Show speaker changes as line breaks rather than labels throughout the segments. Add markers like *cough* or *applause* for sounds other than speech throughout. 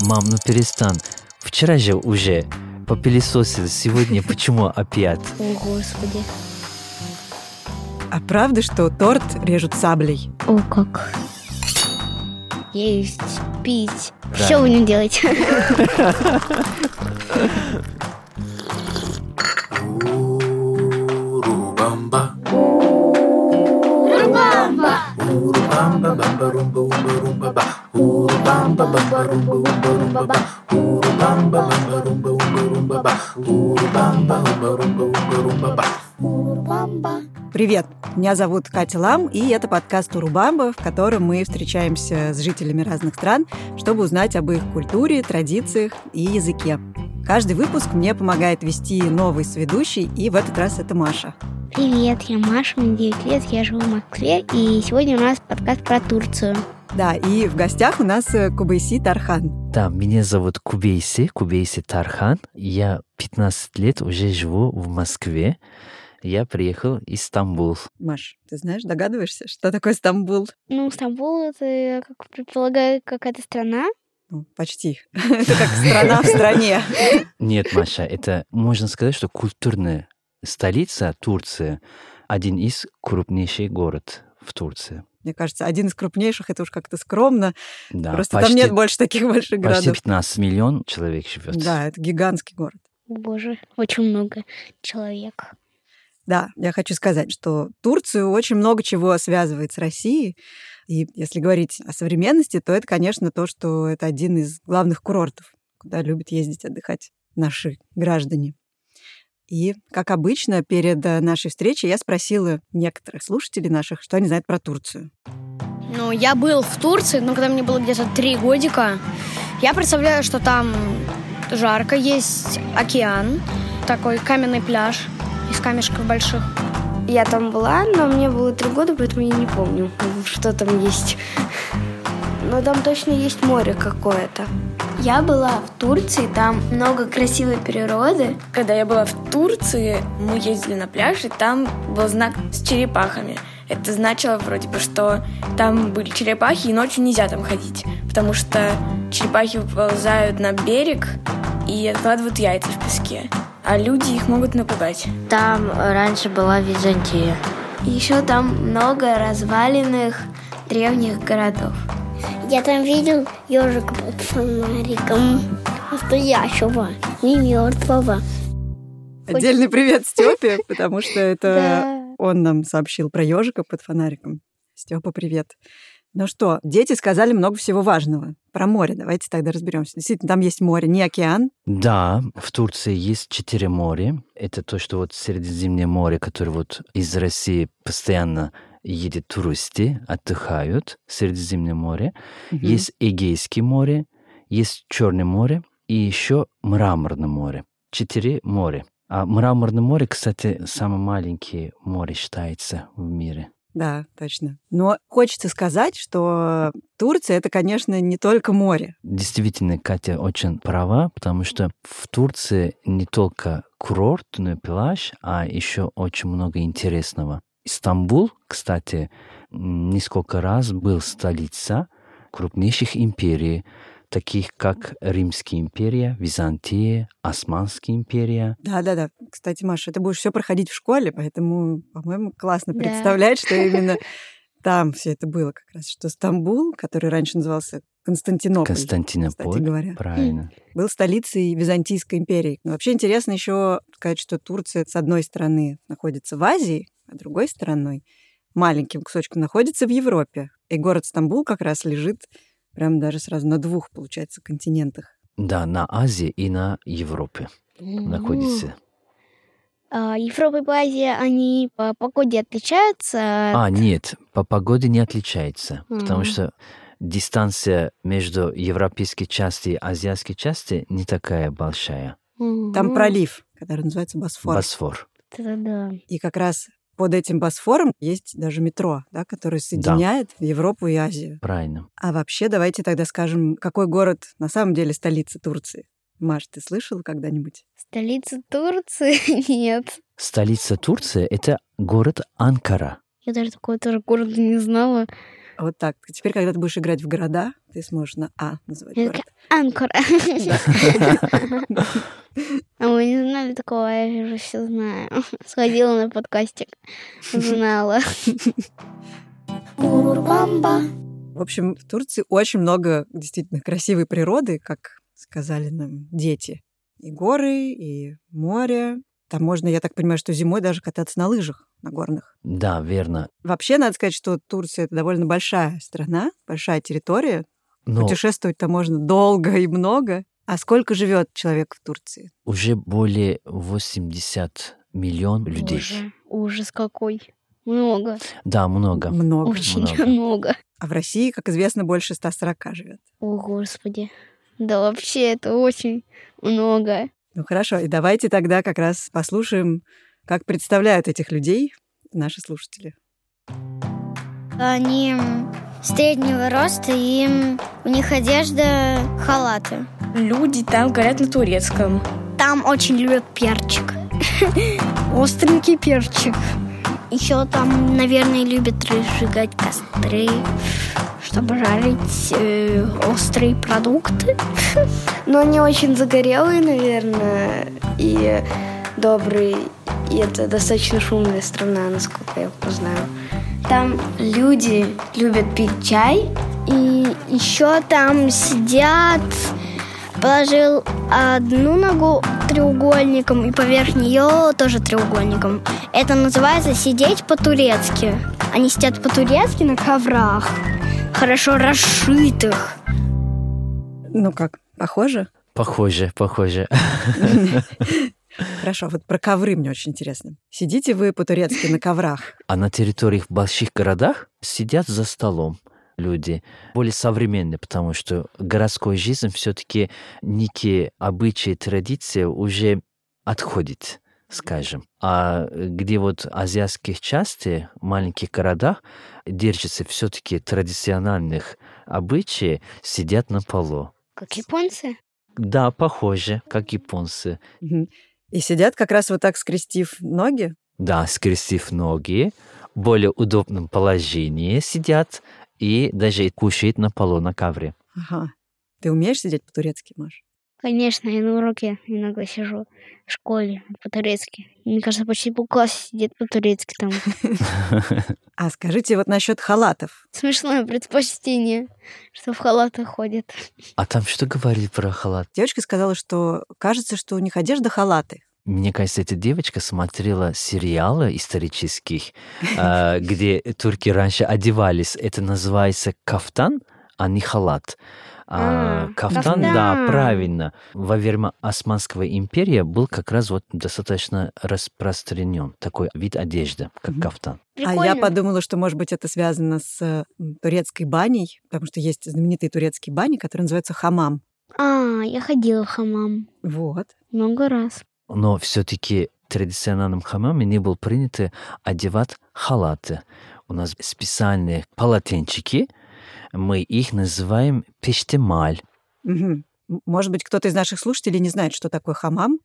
Мам, ну перестань. Вчера же уже попылесосил, сегодня почему опять?
О, Господи.
А правда, что торт режут саблей?
О, как. Есть, пить.
Да.
Что будем делать? *laughs*
Urubamba. Urubamba. Urubamba rumba rumba rumba ba. Urubamba bamba rumba rumba rumba ba. Urubamba bamba rumba rumba rumba ba. Urubamba rumba rumba rumba rumba ba.
Привет, меня зовут Катя Лам, и это подкаст «Урубамба», в котором мы встречаемся с жителями разных стран, чтобы узнать об их культуре, традициях и языке. Каждый выпуск мне помогает вести новый сведущий, и в этот раз это Маша.
Привет, я Маша, мне 9 лет, я живу в Москве, и сегодня у нас подкаст про Турцию.
Да, и в гостях у нас э, Кубейси Тархан.
Да, меня зовут Кубейси, Кубейси Тархан. Я 15 лет уже живу в Москве. Я приехал из Стамбул.
Маш, ты знаешь, догадываешься, что такое Стамбул?
Ну, Стамбул — это, как предполагаю, какая-то страна.
Ну, почти. *laughs* Это как страна в
*laughs*
стране.
Нет, Маша, это можно сказать, что культурная столица Турции один из крупнейших город в Турции.
Мне кажется, один из крупнейших, это уж как-то скромно.
Да,
Просто там нет больше таких больших
почти
городов.
15 миллион человек живет.
Да, это гигантский город.
О, боже, очень много человек.
Да, я хочу сказать, что Турцию очень много чего связывает с Россией. И если говорить о современности, то это, конечно, то, что это один из главных курортов, куда любят ездить отдыхать наши граждане. И, как обычно, перед э, нашей встречей я спросила некоторых слушателей наших, что они знают про Турцию.
Ну, я был в Турции, но когда мне было где-то три годика, я представляю, что там жарко, есть океан, такой каменный пляж из камешков больших.
Я там была, но мне было три года, поэтому я не помню, что там есть. Но там точно есть море какое-то.
Я была в Турции, там много красивой природы.
Когда я была в Турции, мы ездили на пляж, и там был знак с черепахами. Это значило вроде бы, что там были черепахи, и ночью нельзя там ходить, потому что черепахи выползают на берег и откладывают яйца в песке, а люди их могут напугать.
Там раньше была Византия.
Еще там много разваленных древних городов.
Я там видел ежика под фонариком. Настоящего, не мертвого.
Отдельный привет Степе, потому что это он нам сообщил про ежика под фонариком. Степа, привет. Ну что, дети сказали много всего важного. Про море давайте тогда разберемся. Действительно, там есть море, не океан.
Да, в Турции есть четыре моря. Это то, что вот Средиземное море, которое вот из России постоянно едет туристы, отдыхают, Средиземное море.
Мгм.
Есть Эгейское море, есть Черное море и еще Мраморное море. Четыре моря. А Мраморное море, кстати, самое маленькое море считается в мире.
Да, точно. Но хочется сказать, что Турция это, конечно, не только море.
Действительно, Катя очень права, потому что в Турции не только курортный пляж, а еще очень много интересного. Стамбул, кстати, м, несколько раз был столица крупнейших империй, таких как Римская империя, Византия, Османская империя.
Да, да, да. Кстати, Маша, ты будешь все проходить в школе, поэтому, по-моему, классно
Да.
представлять, что именно там все это было как раз. Что Стамбул, который раньше назывался Константинополь, кстати
Константинополь.
говоря.
Правильно.
был столицей Византийской империи. Но вообще интересно еще сказать, что Турция с одной стороны находится в Азии, а другой стороной маленьким кусочком находится в Европе. И город Стамбул как раз лежит прям даже сразу на двух, получается, континентах.
Да, на Азии и на Европе находится.
А, Европа и Азия, они по погоде отличаются.
А, нет, по погоде не отличается, потому
Мгм.
что дистанция между европейской частью и азиатской частью не такая большая.
Там
Мгм.
пролив, который называется Босфор.
Босфор.
Да-да-да.
И как раз под этим Босфором есть даже метро, да, которое соединяет Европу и Азию.
Правильно.
А вообще давайте тогда скажем, какой город на самом деле столица Турции? Маш, ты слышала когда-нибудь?
Столица Турции? *laughs* Нет.
Столица Турции — это город Анкара.
Я даже такого тоже города не знала.
Вот так. Теперь, когда ты будешь играть в города, ты сможешь на А называть
Я
город.
*laughs*
Анкора. А мы не знали такого, а я же все знаю. *laughs* Сходила на подкастик,
*laughs*
знала.
В общем, в Турции очень много действительно красивой природы, как сказали нам дети. И горы, и море. Там можно, я так понимаю, что зимой даже кататься на лыжах, на горных.
Да, верно.
Вообще, надо сказать, что Турция — это довольно большая страна, большая территория.
Но
Путешествовать-то можно долго и много. А сколько живет человек в Турции?
уже более 80 миллион людей.
Боже, Ужас какой. Много.
Да, много.
Много.
Очень
Много.
много.
А в России, как известно, больше 140 живет.
О, Господи. Да вообще это очень много.
Ну хорошо, и давайте тогда как раз послушаем, как представляют этих людей наши слушатели.
Они среднего роста, и у них одежда халаты.
Люди там говорят на турецком.
Там очень любят
*laughs*
перчик. Остренький перчик.
Еще там, наверное, любят разжигать костры, чтобы жарить э, острые продукты.
Но они очень загорелые, наверное, и добрые. И это достаточно шумная страна, насколько я знаю.
Там люди любят пить чай. И еще там сидят, положил одну ногу треугольником и поверх нее тоже треугольником. Это называется сидеть по-турецки. Они сидят по-турецки на коврах, хорошо расшитых.
Ну как, похоже? *laughs*
Похоже, похоже.
Хорошо, вот про ковры мне очень интересно. Сидите вы по-турецки на коврах.
А на территориях в больших городах сидят за столом люди более современные, потому что городской жизнь все-таки некие обычаи, традиции уже отходит, скажем. А где вот азиатских части, маленьких городах, держатся все-таки традициональных обычаи, сидят на полу.
Как японцы?
Да, похоже, как японцы.
Мгм. И сидят как раз вот так, скрестив ноги.
Да, скрестив ноги, в более удобном положении сидят и даже кушают на полу на ковре.
Ага. Ты умеешь сидеть по-турецки, Маш?
Конечно, я на уроке иногда сижу в школе по-турецки. Мне кажется, почти полкласса сидит по-турецки
*laughs*
там.
А скажите вот насчет халатов.
Смешное предпочтение, что в халатах ходят.
А там что говорили про халат?
Девочка сказала, что кажется, что у них одежда халаты.
Мне кажется, эта девочка смотрела сериалы исторических, э, где турки раньше одевались. Это называется кафтан, а не халат. А,
А,
кафтан, да,
кафтан.
правильно. Во время Османского империи был как раз вот достаточно распространен такой вид одежды, как
Мгм.
кафтан.
Прикольно.
А я подумала, что, может быть, это связано с э, турецкой баней, потому что есть знаменитые турецкие бани, которые называются хамам.
А, я ходила в хамам
Вот.
много раз.
но все-таки традиционным хамаме не было принято одевать халаты. У нас специальные полотенчики, мы их называем пештемаль.
Мгм. М- Может быть, кто-то из наших слушателей не знает, что такое хамам.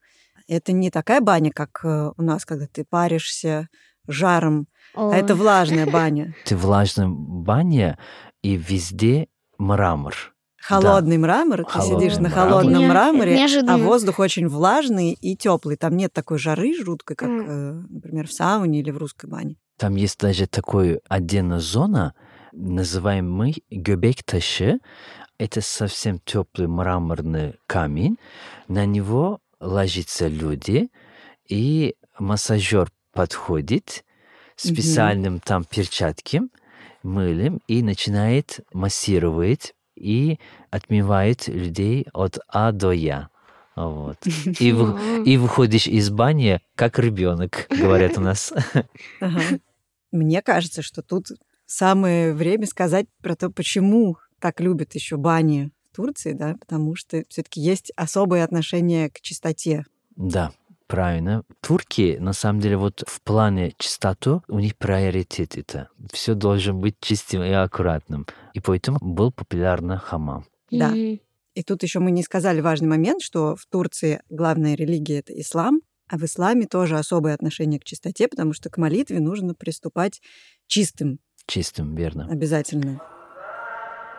Это не такая баня, как э, у нас, когда ты паришься жаром, а это
Ой.
влажная
*laughs*
баня.
Ты в влажном бане и везде мрамор.
Холодный мрамор, ты
Холодный
сидишь на
мрамор.
холодном
Не-
мраморе, а
неожиданно.
воздух очень влажный и теплый. Там нет такой жары жуткой, как,
Мгм.
э, например, в сауне или в русской бане.
Там есть даже такая отдельная зона, называем мы гёбекташи. Это совсем теплый мраморный камень. На него ложатся люди, и массажер подходит специальным там перчатком, мылем, и начинает массировать и отмывает людей от А до Я. Вот. И, вы-
А,
и выходишь из бани, как ребенок, говорят у нас.
Ага. *laughs* Мне кажется, что тут самое время сказать про то, почему так любят еще бани в Турции, да, потому что все-таки есть особое отношение к чистоте.
Да, правильно. Турки, на самом деле, вот в плане чистоту у них приоритет это. Все должно быть чистым и аккуратным. И поэтому был популярна хамам.
да.
м.
И тут еще мы не сказали важный момент, что в Турции главная религия это ислам, а в исламе тоже особое отношение к чистоте, потому что к молитве нужно приступать чистым.
чистым, верно.
Обязательно.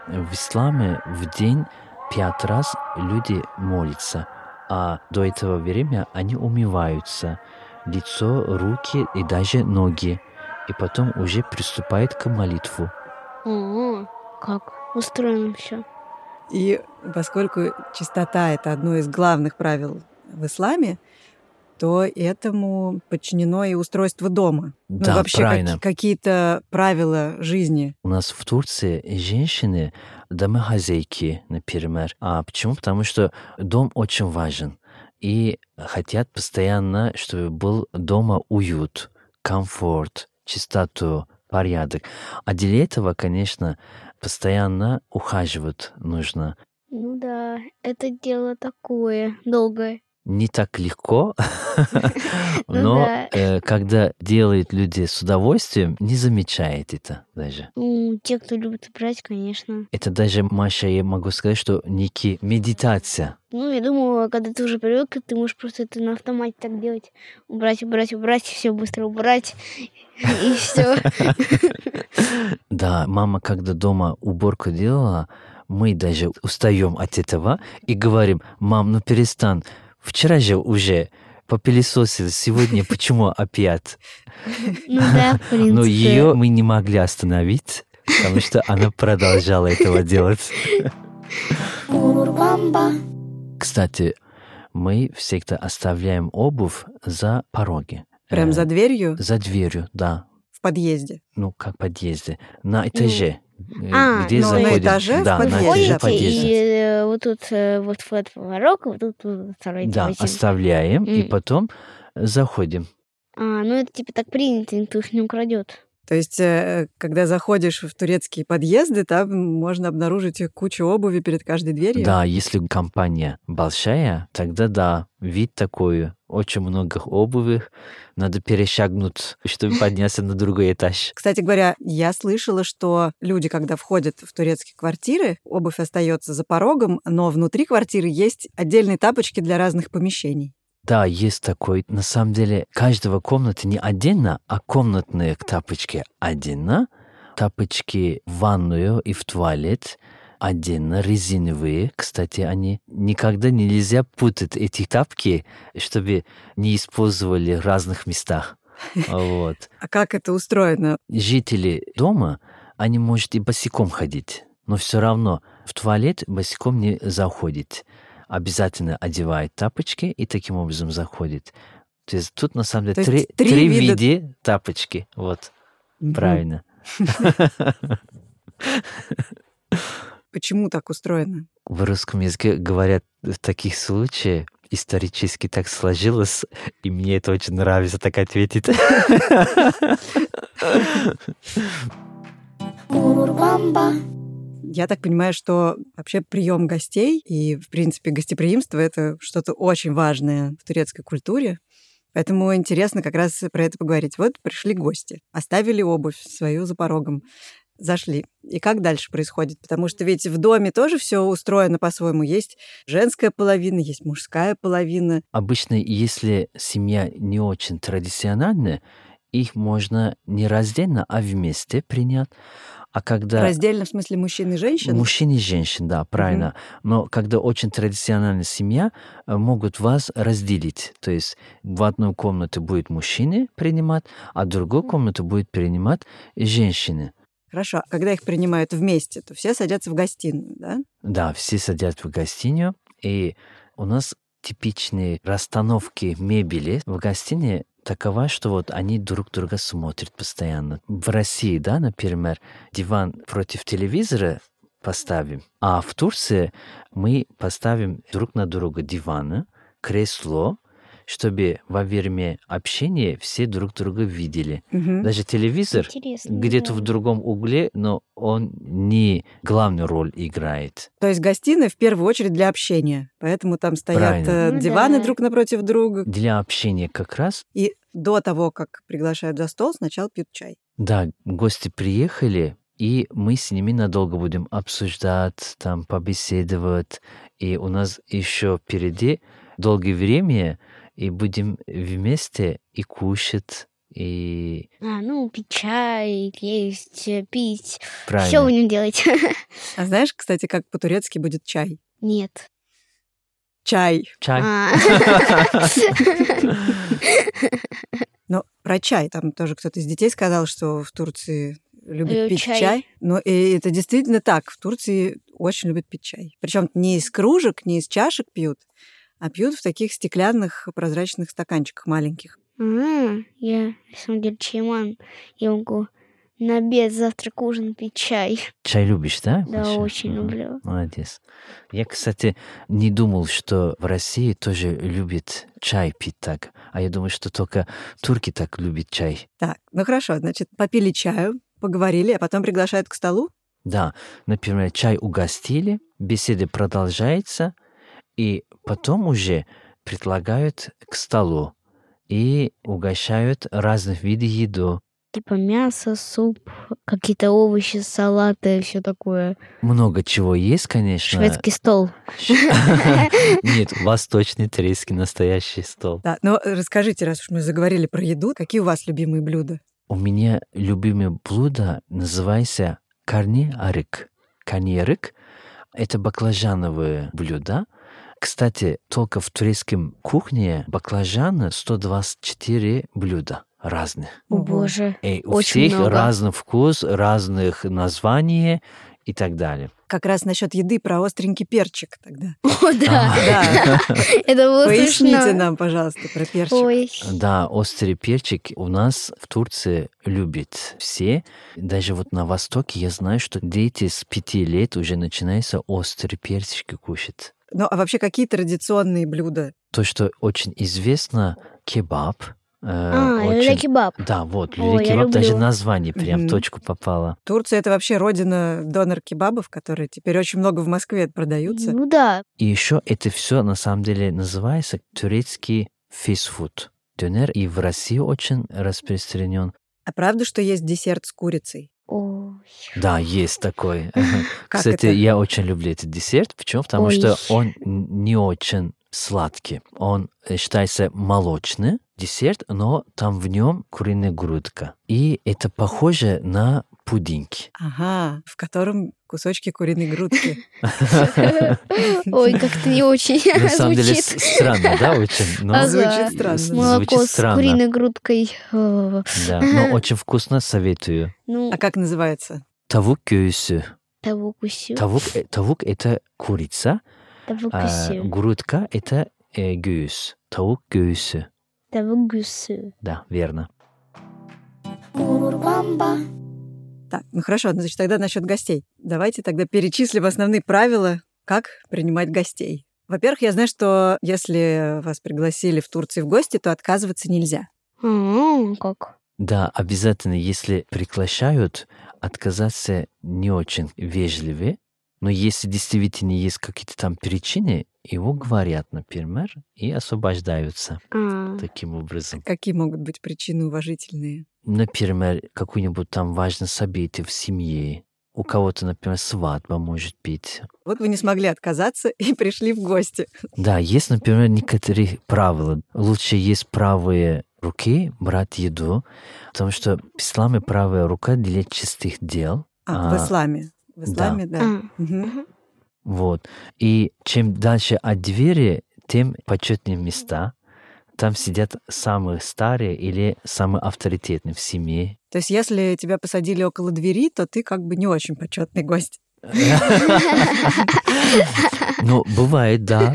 В исламе в день пять раз люди молятся, а до этого времени они умываются лицо, руки и даже ноги, и потом уже приступают к молитву.
О, как устроено все.
И поскольку чистота — это одно из главных правил в исламе, то этому подчинено и устройство дома.
Да,
ну, вообще
правильно.
как- какие-то правила жизни.
У нас в Турции женщины домохозяйки, например. А почему? Потому что дом очень важен. И хотят постоянно, чтобы был дома уют, комфорт, чистоту, порядок. А для этого, конечно, постоянно ухаживать нужно.
Ну да, это дело такое долгое.
не так легко,
*laughs* Ну
но
да.
э, когда делают люди с удовольствием, не замечает это даже.
Ну, те, кто любит убрать, конечно.
Это даже, Маша, я могу сказать, что некий медитация.
Ну, я думаю, когда ты уже привык, ты можешь просто это на автомате так делать. Убрать, убрать, убрать, все быстро убрать. *laughs* И все.
Да, мама, когда дома уборку делала, мы даже устаем от этого и говорим, мам, ну перестань, вчера же уже попылесосил, сегодня почему
*laughs*
опять?
Ну да, в принципе.
Но ее мы не могли остановить, потому что она продолжала этого делать.
Урубамба.
Кстати, мы всегда оставляем обувь за пороги.
Прям
Э,
за дверью
за дверью, да.
в подъезде.
Ну, как подъезде. На этаже. э,
А,
где
ну, на
заходим.
этаже, в
да, на
подъезде.
этаже
Входите
подъезда.
И э, вот тут э, вот вход в ворог, вот тут вот второй
Да,
давайте.
оставляем, и
М.
потом заходим.
А, ну это типа так принято, никто их не украдет.
То есть, э, когда заходишь в турецкие подъезды, там можно обнаружить кучу обуви перед каждой дверью.
Да, если компания большая, тогда да, вид такой, очень много обуви, надо перешагнуть,
*laughs*
чтобы подняться на другой этаж.
Кстати говоря, я слышала, что люди, когда входят в турецкие квартиры, обувь остается за порогом, но внутри квартиры есть отдельные тапочки для разных помещений.
Да, есть такой. На самом деле, каждого комната не отдельно, а комнатные тапочки отдельно, тапочки в ванную и в туалет отдельно, резиновые. Кстати, они никогда нельзя путать эти тапки, чтобы не использовали в разных местах. Вот.
А как это устроено?
Жители дома, они, может, и босиком ходить, но все равно в туалет босиком не заходит. Обязательно одевает тапочки и таким образом заходит. То есть тут, на самом
То
деле,
есть
три,
три
три
вида-
вида тапочки. Вот,
Мгм.
правильно.
Почему так устроено?
В русском языке говорят в таких случаях, исторически так сложилось, и мне это очень нравится, так ответит.
Урубамба.
Я так понимаю, что вообще прием гостей и, в принципе, гостеприимство — это что-то очень важное в турецкой культуре. Поэтому интересно как раз про это поговорить. Вот пришли гости, оставили обувь свою за порогом, зашли. И как дальше происходит? Потому что ведь в доме тоже все устроено по-своему. Есть женская половина, есть мужская половина.
обычно, если семья не очень традициональная, их можно не раздельно, а вместе принять. А когда
Раздельно, в смысле, мужчин и женщин.
мужчин и женщин, да, правильно. Но когда очень традициональная семья, э, могут вас разделить. То есть в одну комнату будет мужчины принимать, а в другую комнату будет принимать женщины.
Хорошо. А Когда их принимают вместе, то все садятся в гостиную, да?
Да, все садят в гостиную, и у нас типичные расстановки мебели в гостиной такова, что вот они друг друга смотрят постоянно. В России, да, например, диван против телевизора поставим, а в Турции мы поставим друг на друга диваны, кресло, чтобы во время общения все друг друга видели.
Мгм.
Даже телевизор
Интересно.
где-то в другом угле, но он не главную роль играет.
То есть гостиная в первую очередь для общения. Поэтому там стоят
Правильно.
э,
Ну
диваны
да.
друг напротив друга.
для общения как раз.
И до того, как приглашают за стол, сначала пьют чай.
Да, гости приехали, и мы с ними надолго будем обсуждать, там, побеседовать. И у нас еще впереди долгое время, и будем вместе и кушать, И
А, ну, пить чай, есть, э, пить. Что вы
правильно.
не делать? *laughs*
А знаешь, кстати, как по-турецки будет чай?
Нет.
Чай.
Чай.
А.
*laughs*
*laughs*
Но Ну, про чай там тоже кто-то из детей сказал, что в Турции любят
Э,
пить чай.
чай.
Ну, и это действительно так. В Турции очень любят пить чай. Причем не из кружек, не из чашек пьют, а пьют в таких стеклянных прозрачных стаканчиках маленьких.
А, я, на самом деле, чайман. Я могу на обед, завтрак, ужин пить чай.
Чай любишь, да?
Да,
вообще?
очень
Мгм.
люблю.
Молодец. Я, кстати, не думал, что в России тоже любят чай пить так. А я думаю, что только турки так любят чай.
Так, ну хорошо, значит, попили чаю, поговорили, а потом приглашают к столу.
Да, например, чай угостили, беседа продолжается, и потом уже предлагают к столу и угощают разных видов еду.
Типа мясо, суп, какие-то овощи, салаты, все такое.
Много чего есть, конечно.
Шведский стол.
*laughs* Нет, восточный турецкий настоящий стол.
Да, но э, расскажите, раз уж мы заговорили про еду, какие у вас любимые блюда?
У меня любимое блюдо называется карни-арык. Карни-арык – это баклажановые блюда. Кстати, только в турецком кухне баклажаны 124 блюда разных.
О
Ого.
боже.
*laughs* И у
Очень
всех
много.
разный вкус, разных названий и так далее.
Как раз насчет еды про остренький перчик
*laughs*
тогда.
О, да. *laughs*
Да,
Это было
поясните
смешно.
нам, пожалуйста, про перчик.
ну, Ой.
Да, острый перчик у нас в Турции любят все. Даже вот на Востоке я знаю, что дети с пяти лет уже начинаются острый перчик кушать.
Ну, а вообще какие традиционные блюда?
То, что очень известно, кебаб. э,
А,
очень-
люля кебаб.
Да, вот,
О,
люля
я
кебаб, даже
люблю.
название прям
Мгм.
в точку попало.
Турция это вообще родина донор кебабов, которые теперь очень много в Москве продаются.
Ну да.
И еще это все на самом деле называется турецкий фейсфуд. Дюнер и в России очень распространен.
А правда, что есть десерт с курицей?
*laughs*
Ой.
Да, есть
*laughs*
такой.
Как
Кстати,
это?
я очень люблю этот десерт. Почему? Потому что
Ой.
он н- не очень сладкий. Он э, считается молочный десерт, но там в нем куриная грудка. И это похоже на пудинг.
Ага, в котором кусочки куриной грудки.
Ой, как-то не очень
На самом деле с-
звучит.
странно, да, очень? Но
Ага.
Звучит странно.
с-
Молоко
звучит
с
странно.
куриной грудкой. Э,
Да, но очень вкусно, советую.
Ну,
А как называется?
Тавук кёйсü.
того кусю.
Тавук, э, тавук это курица,
Того
а
кусю.
грудка это э, гюс. Тавук гюсü.
Того гусю.
Да, верно.
Так, ну хорошо, значит, тогда насчет гостей. Давайте тогда перечислим основные правила, как принимать гостей. Во-первых, я знаю, что если вас пригласили в Турции в гости, то отказываться нельзя.
А, как?
Да, обязательно, если приглашают, отказаться не очень вежливы. Но если действительно есть какие-то там причины, его говорят, например, и освобождаются
А,
таким образом.
Какие могут быть причины уважительные?
Например, какое-нибудь там важное событие в семье. У кого-то, например, свадьба может быть.
Вот вы не смогли отказаться и *laughs* пришли в гости.
Да, есть, например, некоторые правила. Лучше есть правые руки брать еду, потому что в исламе правая рука для чистых дел.
А,
А,
в исламе. В исламе, да.
а.
Мгм.
Вот. И чем дальше от двери, тем почетнее места. Там сидят самые старые или самые авторитетные в семье.
То есть, если тебя посадили около двери, то ты как бы не очень почетный гость.
Ну, бывает, да.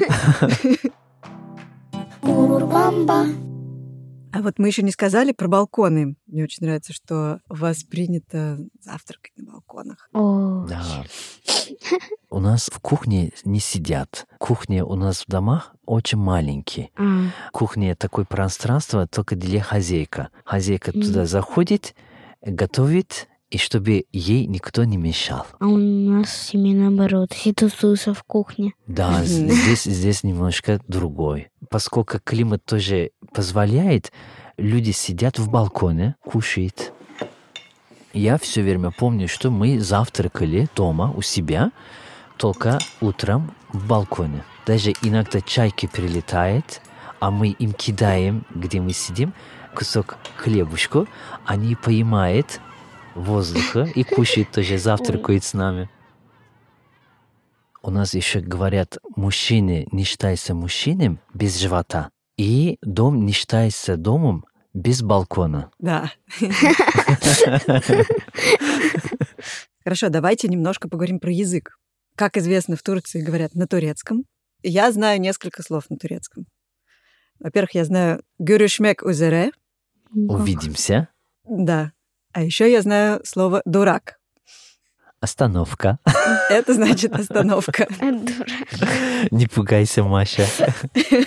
А вот мы еще не сказали про балконы. Мне очень нравится, что у вас принято завтракать на балконах.
О,
Да. У нас в кухне не сидят. Кухня у нас в домах очень маленькие.
а,
Кухня такое пространство только для хозяйка. Хозяйка
Мгм.
туда заходит, готовит, и чтобы ей никто не мешал.
а у нас в семье наоборот. Все тусуются в кухне.
Да, з-
Мгм.
здесь, здесь немножко другой. Поскольку климат тоже позволяет, люди сидят в балконе, кушают. Я все время помню, что мы завтракали дома у себя только утром в балконе. Даже иногда чайки прилетает, а мы им кидаем, где мы сидим, кусок хлебушку, они понимают воздуха и кушают тоже, завтракают с нами. У нас еще говорят, мужчины не считаются мужчинами без живота, и дом не считается домом без
*laughs*
балкона.
Да. Хорошо, давайте немножко поговорим про язык. Как известно, в Турции говорят на турецком. Я знаю несколько слов на турецком. Во-первых, я знаю «гюрюшмек узере».
Увидимся.
Да. А еще я знаю слово «дурак».
Остановка. *laughs*
Это значит остановка.
Не пугайся,
*laughs*
Маша.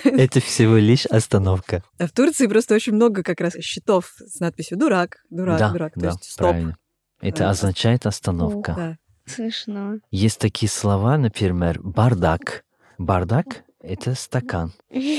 Это всего лишь остановка.
А в Турции просто очень много как раз счетов с надписью «дурак», «дурак»,
да,
«дурак». То
да,
есть «стоп». Э,
правильно. Это означает остановка.
Да.
Смешно.
Есть такие слова, например, бардак. Бардак — это стакан.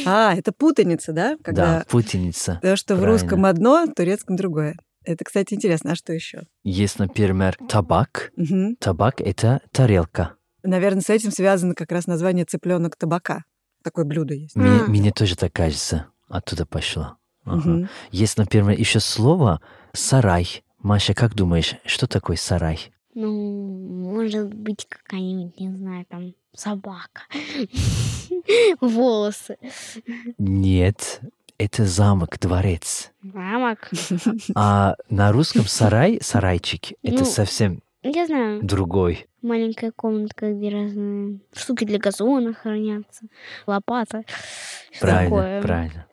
А, это путаница, да? Когда
Да, путаница.
То, что в
Правильно.
русском одно, в турецком другое. Это, кстати, интересно. А что еще?
Есть, например, табак. Табак — это тарелка.
Наверное, с этим связано как раз название цыпленок табака. Такое блюдо есть.
Мне,
А.
мне тоже так кажется. Оттуда пошло. Ага.
Мгм.
Есть, например, еще слово «сарай». Маша, как думаешь, что такое сарай?
Ну, может быть, какая-нибудь, не знаю, там, собака. *laughs* Волосы.
Нет, это замок, дворец.
Рамок.
А на русском сарай, сарайчик, это
Ну.
совсем
Я знаю,
другой.
маленькая комнатка, где разные штуки для газона хранятся, лопата. всё
Правильно,
такое.
правильно.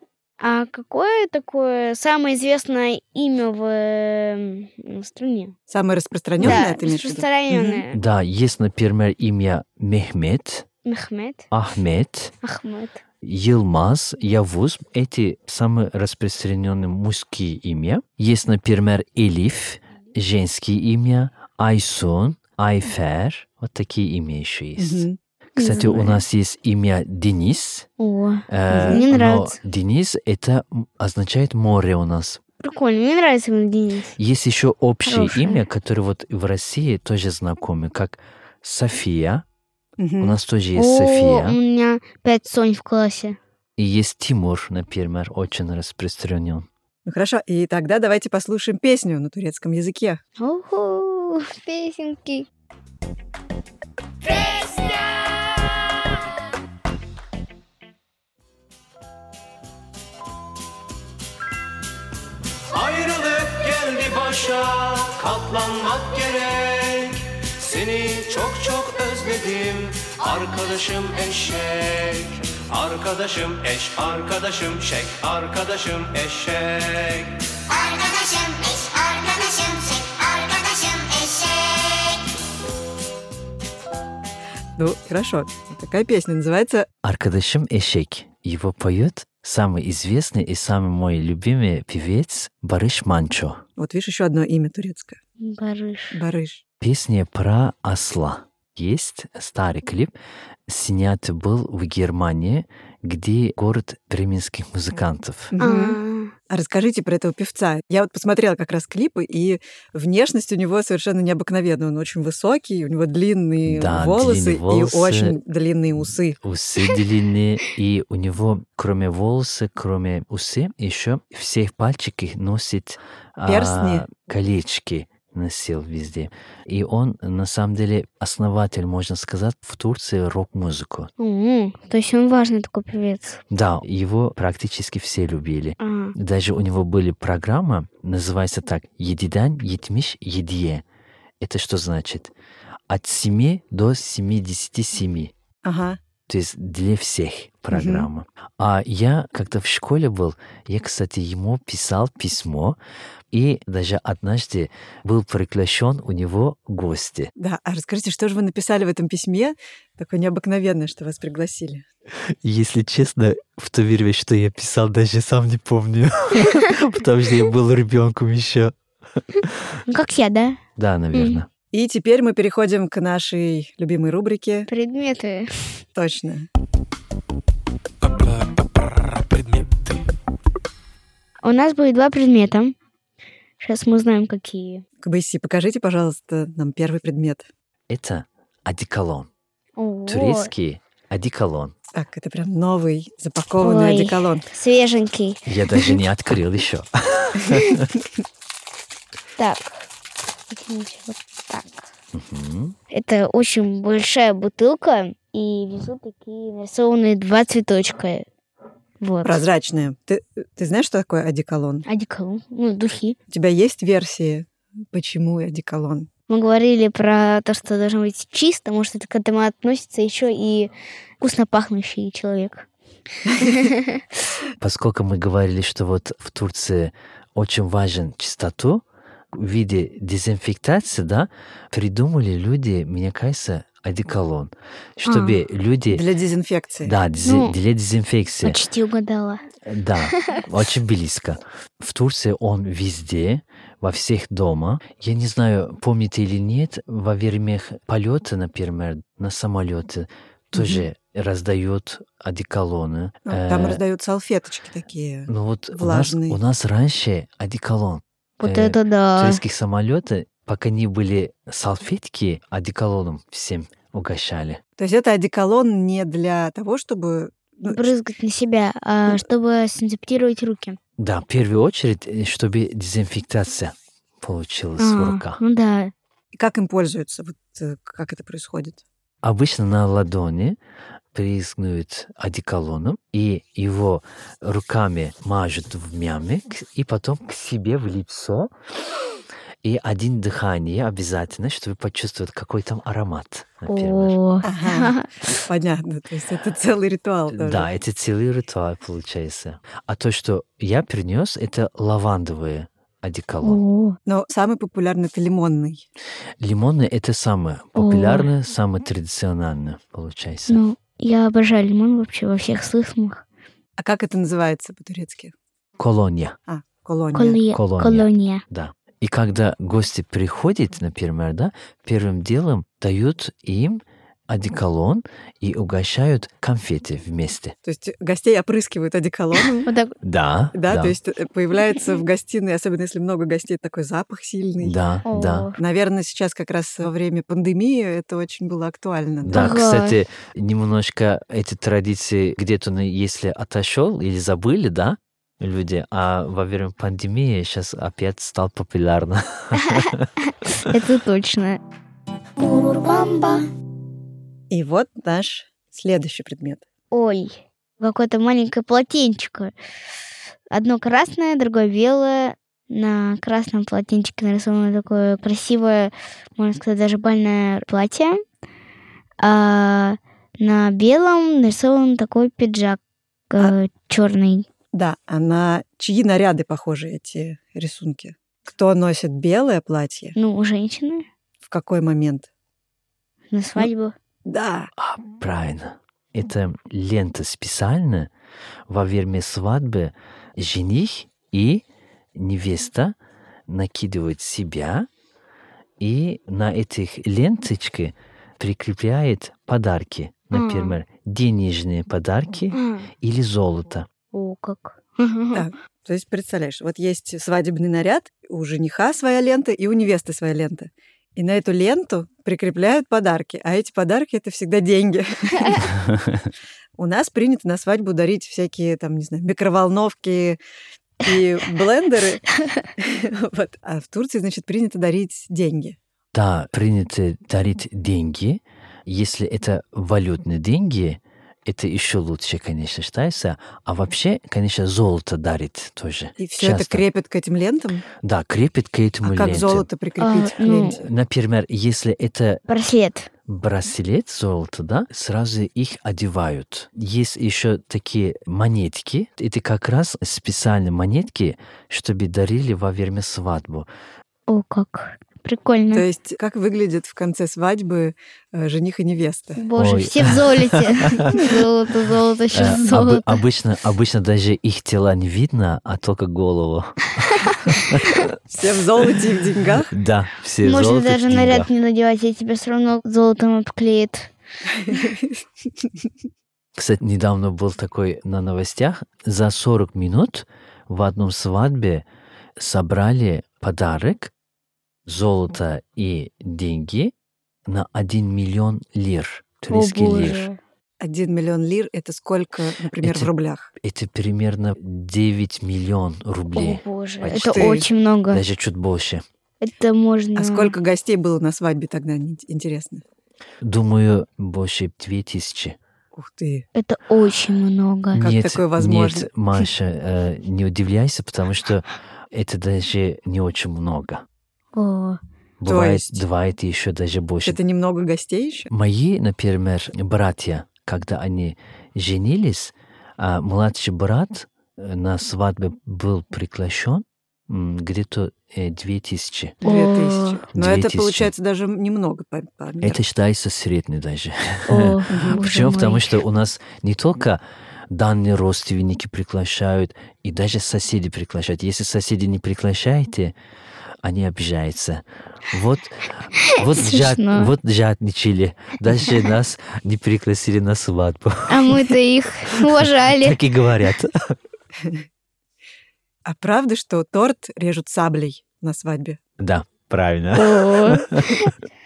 А какое такое самое известное имя в э, м, стране?
*laughs* Самое распространенное,
да,
ты имеешь в виду?
распространенное.
Да, есть, например, имя Мехмед,
Мехмед,
Ахмед,
Ахмед.
Йылмаз, Явуз. Эти самые распространенные мужские имя. Есть, например, Элиф, женские имя, Айсун, Айфер. Вот такие имя еще есть.
Мгм.
Кстати, у
знаю.
нас есть имя Денис.
О,
Э,
Мне
но
нравится.
Денис это м- означает море у нас.
прикольно, мне нравится имя Денис.
Есть еще общее
Хорошее.
имя, которое вот в России тоже знакомы, как София.
Мгм.
У нас тоже есть
О,
София.
у меня пять Сонь в классе.
И есть Тимур, например, очень распространен.
Ну хорошо, и тогда давайте послушаем песню на турецком языке.
Уху, песенки.
Ayrılık geldi başa katlanmak gerek Seni çok çok özledim arkadaşım eşek Arkadaşım eş arkadaşım şek arkadaşım eşek
Arkadaşım eş, arkadaşım şek, arkadaşım eşek.
Ну, хорошо. Такая песня называется
Arkadaşım Eşek. Его поет самый известный и самый мой любимый певец Барыш Манчо.
Вот видишь, еще одно имя турецкое.
Барыш.
Барыш.
Песня про осла. Есть старый клип, снят был в Германии, где город бременских музыкантов.
Мгм. А расскажите про этого певца. Я вот посмотрела как раз клипы, и внешность у него совершенно необыкновенная. Он очень высокий, у него длинные
Да,
волосы
длинные волосы.
и очень длинные усы.
Усы длинные, и у него, кроме волосы, кроме усы, еще всех пальчики носит а,
Перстни?
колечки носил везде. И он, на самом деле, основатель, можно сказать, в Турции рок-музыку.
М, То есть он важный такой певец.
Да, его практически все любили.
А,
Даже у него были программа, называется так «Едидан, етмиш, едие». Это что значит? От 7 до 77.
Ага.
То есть для всех программа. А я когда в школе был, я, кстати, ему писал письмо, и даже однажды был приглашен у него гости.
Да, а расскажите, что же вы написали в этом письме? Такое необыкновенное, что вас пригласили.
Если честно, в то время, что я писал, даже сам не помню, *laughs* потому что я был ребенком еще.
ну как я, да?
Да, наверное.
И теперь мы переходим к нашей любимой рубрике.
Предметы.
Точно.
У нас будет два предмета. Сейчас мы узнаем, какие.
Кбыси, покажите, пожалуйста, нам первый предмет.
Это одеколон.
О,
Турецкий одеколон.
Так, это прям новый запакованный
Ой,
одеколон.
Свеженький.
Я даже не открыл еще.
Так. Какие-нибудь вот так. Это очень большая бутылка, и внизу такие нарисованные два цветочка. Вот.
Прозрачные. Ты, ты знаешь, что такое одеколон?
Одеколон. Ну, духи.
У тебя есть версии, почему одеколон?
Мы говорили про то, что должно быть чисто, потому что это к этому относится еще и вкусно пахнущий человек.
Поскольку мы говорили, что вот в Турции очень важен чистоту, в виде дезинфектации, да, придумали люди, мне кажется, одеколон, чтобы люди...
Для дезинфекции.
Да, дези-
Ну,
для дезинфекции. э,
Почти угадала.
Да, очень близко. В Турции он везде, во всех дома. Я не знаю, помните или нет, во время их полета, например, на самолеты тоже раздают одеколоны.
Ну, Там
Э,
раздают салфеточки такие.
Ну вот у нас,
влажные.
у нас раньше одеколон.
Вот
Э,
это да.
турецких самолетов, пока не были салфетки, одеколоном всем угощали.
То есть это одеколон не для того, чтобы... ну,
Брызгать на себя, а чтобы синтептировать руки.
Да, в первую очередь, э, чтобы дезинфектация получилась в
А,
руках.
Ну да.
Как им пользуются? Вот э, как это происходит?
Обычно на ладони прыскают одеколоном, и его руками мажут в мяме, к- и потом к себе в лицо. И один дыхание обязательно, чтобы почувствовать, какой там аромат, например.
О.
Ага. *laughs* Понятно. То есть это целый ритуал тоже.
Да, это целый ритуал получается. А то, что я принес, это лавандовые одеколон.
О.
Но самый популярный это лимонный.
Лимонные это самое популярное, самое традиционное получается.
Ну, я обожаю лимон вообще во всех смыслах.
А как это называется по-турецки?
Колония,
А, колония.
Колония.
Колония.
Колония.
да. И когда гости приходят, например, да, первым делом дают им одеколон и угощают конфеты вместе.
То есть гостей
*laughs*
опрыскивают одеколоном.
Вот так.
Да,
Да, то есть э, появляется в гостиной, особенно если много гостей, такой запах сильный.
да,
О.
да.
Наверное, сейчас как раз во время пандемии это очень было актуально.
Да,
Ага.
кстати, немножко эти традиции где-то, ну, если отошел или забыли, да, люди, а во время пандемии сейчас опять стал популярно.
Это точно.
И вот наш следующий предмет.
Ой, какое-то маленькое полотенчико. Одно красное, другое белое. На красном полотенчике нарисовано такое красивое, можно сказать, даже бальное платье. А на белом нарисован такой пиджак э, черный.
Да, а на чьи наряды похожи эти рисунки? Кто носит белое платье?
Ну, у женщины
В какой момент?
на свадьбу.
Да.
А, правильно. Это лента специально во время свадьбы жених и невеста накидывают себя и на этих ленточках прикрепляет подарки. Например, денежные подарки
А,
или золото.
О, как.
Да. То есть, представляешь, вот есть свадебный наряд, у жениха своя лента и у невесты своя лента. И на эту ленту прикрепляют подарки. А эти подарки — это всегда деньги.
*laughs*
У нас принято на свадьбу дарить всякие, там, не знаю, микроволновки и
*laughs*
блендеры. Вот. А в Турции, значит, принято дарить деньги.
Да, принято дарить деньги. Если это валютные деньги, это еще лучше, конечно, считается. А вообще, конечно, золото дарит тоже.
И все это
Часто.
крепят к этим лентам.
Да, крепит к этому
А как
ленте.
золото прикрепить
А,
к
ну,
ленте?
Например, если это
Браслет.
браслет золота, да, сразу их одевают. Есть еще такие монетки. Это как раз специальные монетки, чтобы дарили во время свадьбы.
О, как. Прикольно.
То есть, как выглядит в конце свадьбы э, жених и невеста?
Боже,
Ой.
все в золоте. *laughs* Золото, золото, еще
*laughs*
Э, об-
золото.
обычно, обычно даже их тела не видно, а только голову.
Все в золоте и в деньгах.
Да, все
Можно
золото в
даже
деньгах.
наряд не надевать, я тебя все равно золотом обклеит.
Кстати, недавно был такой на новостях. За 40 минут в одном свадьбе собрали подарок, золото и деньги на 1 миллион лир.
О
Турецкий лир.
боже.
1 миллион лир – это сколько, например, в
Это-
рублях?
Это примерно 9 миллион рублей.
О, боже,
Почти.
это очень много.
Даже чуть больше.
Это можно...
А сколько гостей было на свадьбе тогда, ин- интересно?
Думаю, больше 2000.
Ух ты.
Это очень много.
Как
нет,
такое возможно?
Нет, Маша, э, не удивляйся, потому что это даже не очень много.
О,
То
Бывает,
есть-
бывает еще даже больше.
Это немного гостей еще?
Мои, например, братья, когда они женились, а младший брат э, на свадьбе был приглашен м, где-то э, 2000.
Две
О,
тысячи. Но это
2000.
получается даже немного по, по меркам.
Это считается средний даже.
о, боже
Э, А Почему?
мой.
Потому что у нас не только данные родственники приглашают, и даже соседи приглашают. Если соседи не приглашаете, они обижаются. Вот, вот, жад-
Смешно.
вот жадничали. Даже нас не пригласили на свадьбу.
А мы-то
*laughs*
их *laughs* уважали.
Так и говорят.
А правда, что торт режут саблей на свадьбе?
Да, правильно. *laughs*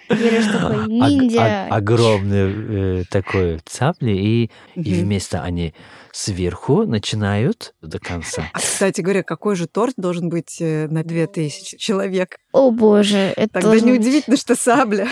О, Берешь такой
Ог- ог-
ниндзя.
огромные э, такой цапли, и, и
Мгм.
вместо они сверху начинают до конца.
А, кстати говоря, какой же торт должен быть э, на 2000 человек?
О боже, это
Тогда
должно быть-
неудивительно,
*laughs*
что сабля.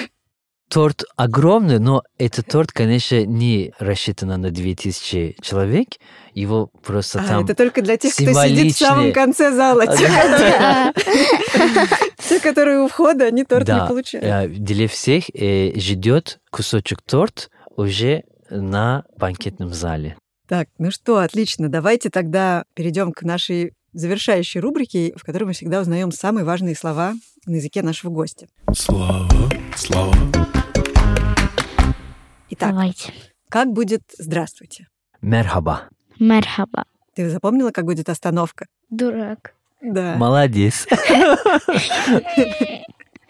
Торт огромный, но этот торт, конечно, не рассчитан на 2000 человек. Его просто
А,
там...
это только для тех, кто сидит в
символичные. А,
самом конце зала. Те,
Да.
*laughs* те, которые у входа, они торт
Да,
не получают.
э, Для всех э, ждет кусочек торт уже на банкетном зале.
Так, ну что, отлично. Давайте тогда перейдем к нашей завершающей рубрике, в которой мы всегда узнаем самые важные слова на языке нашего гостя.
Слова, слова,
Итак,
Давайте.
как будет «здравствуйте»?
Мерхаба.
Мерхаба.
Ты запомнила, как будет остановка?
Дурак.
Да.
Молодец.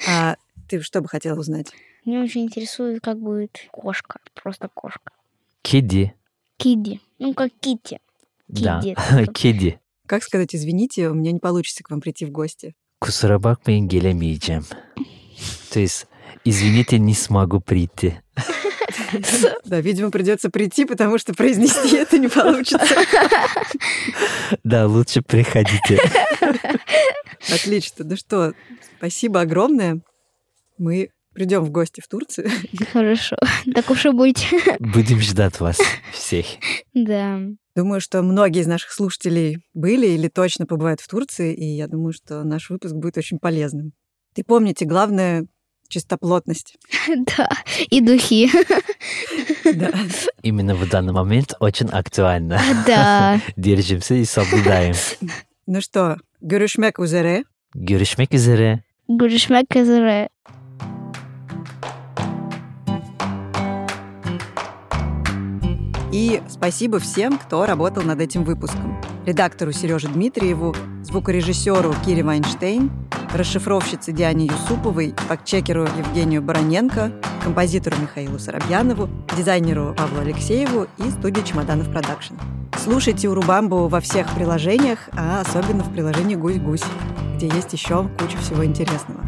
А ты что бы хотела узнать?
Меня очень интересует, как будет кошка. Просто кошка.
Киди.
Киди. Ну, как Кити.
Да.
Киди.
*laughs* Киди.
Как сказать «извините», у меня не получится к вам прийти в гости?
Кусарабак мен келемейджем. То есть, извините, не смогу прийти.
Да, видимо, придется прийти, потому что произнести это не получится.
Да, лучше
*laughs*
приходите.
Отлично. Ну что, спасибо огромное. Мы придем в гости в Турцию.
*laughs* Хорошо. Так уж и быть.
Будем ждать вас всех.
Да.
Думаю, что многие из наших слушателей были или точно побывают в Турции, и я думаю, что наш выпуск будет очень полезным. Ты помните, главное — чистоплотность.
*laughs* Да. И *laughs* духи.
Да.
Именно в данный момент очень актуально.
Да.
Держимся и соблюдаем.
Ну что, Гюрюшмек Узере,
Görüşmek üzere.
Görüşmek üzere.
И спасибо всем, кто работал над этим выпуском. Редактору Сереже Дмитриеву, звукорежиссеру Кире Вайнштейн, расшифровщице Диане Юсуповой, фактчекеру Евгению Бароненко, композитору Михаилу Соробьянову, дизайнеру Павлу Алексееву и студии «Чемоданов Продакшн». Слушайте «Урубамбу» во всех приложениях, а особенно в приложении «Гусь-гусь», где есть еще куча всего интересного.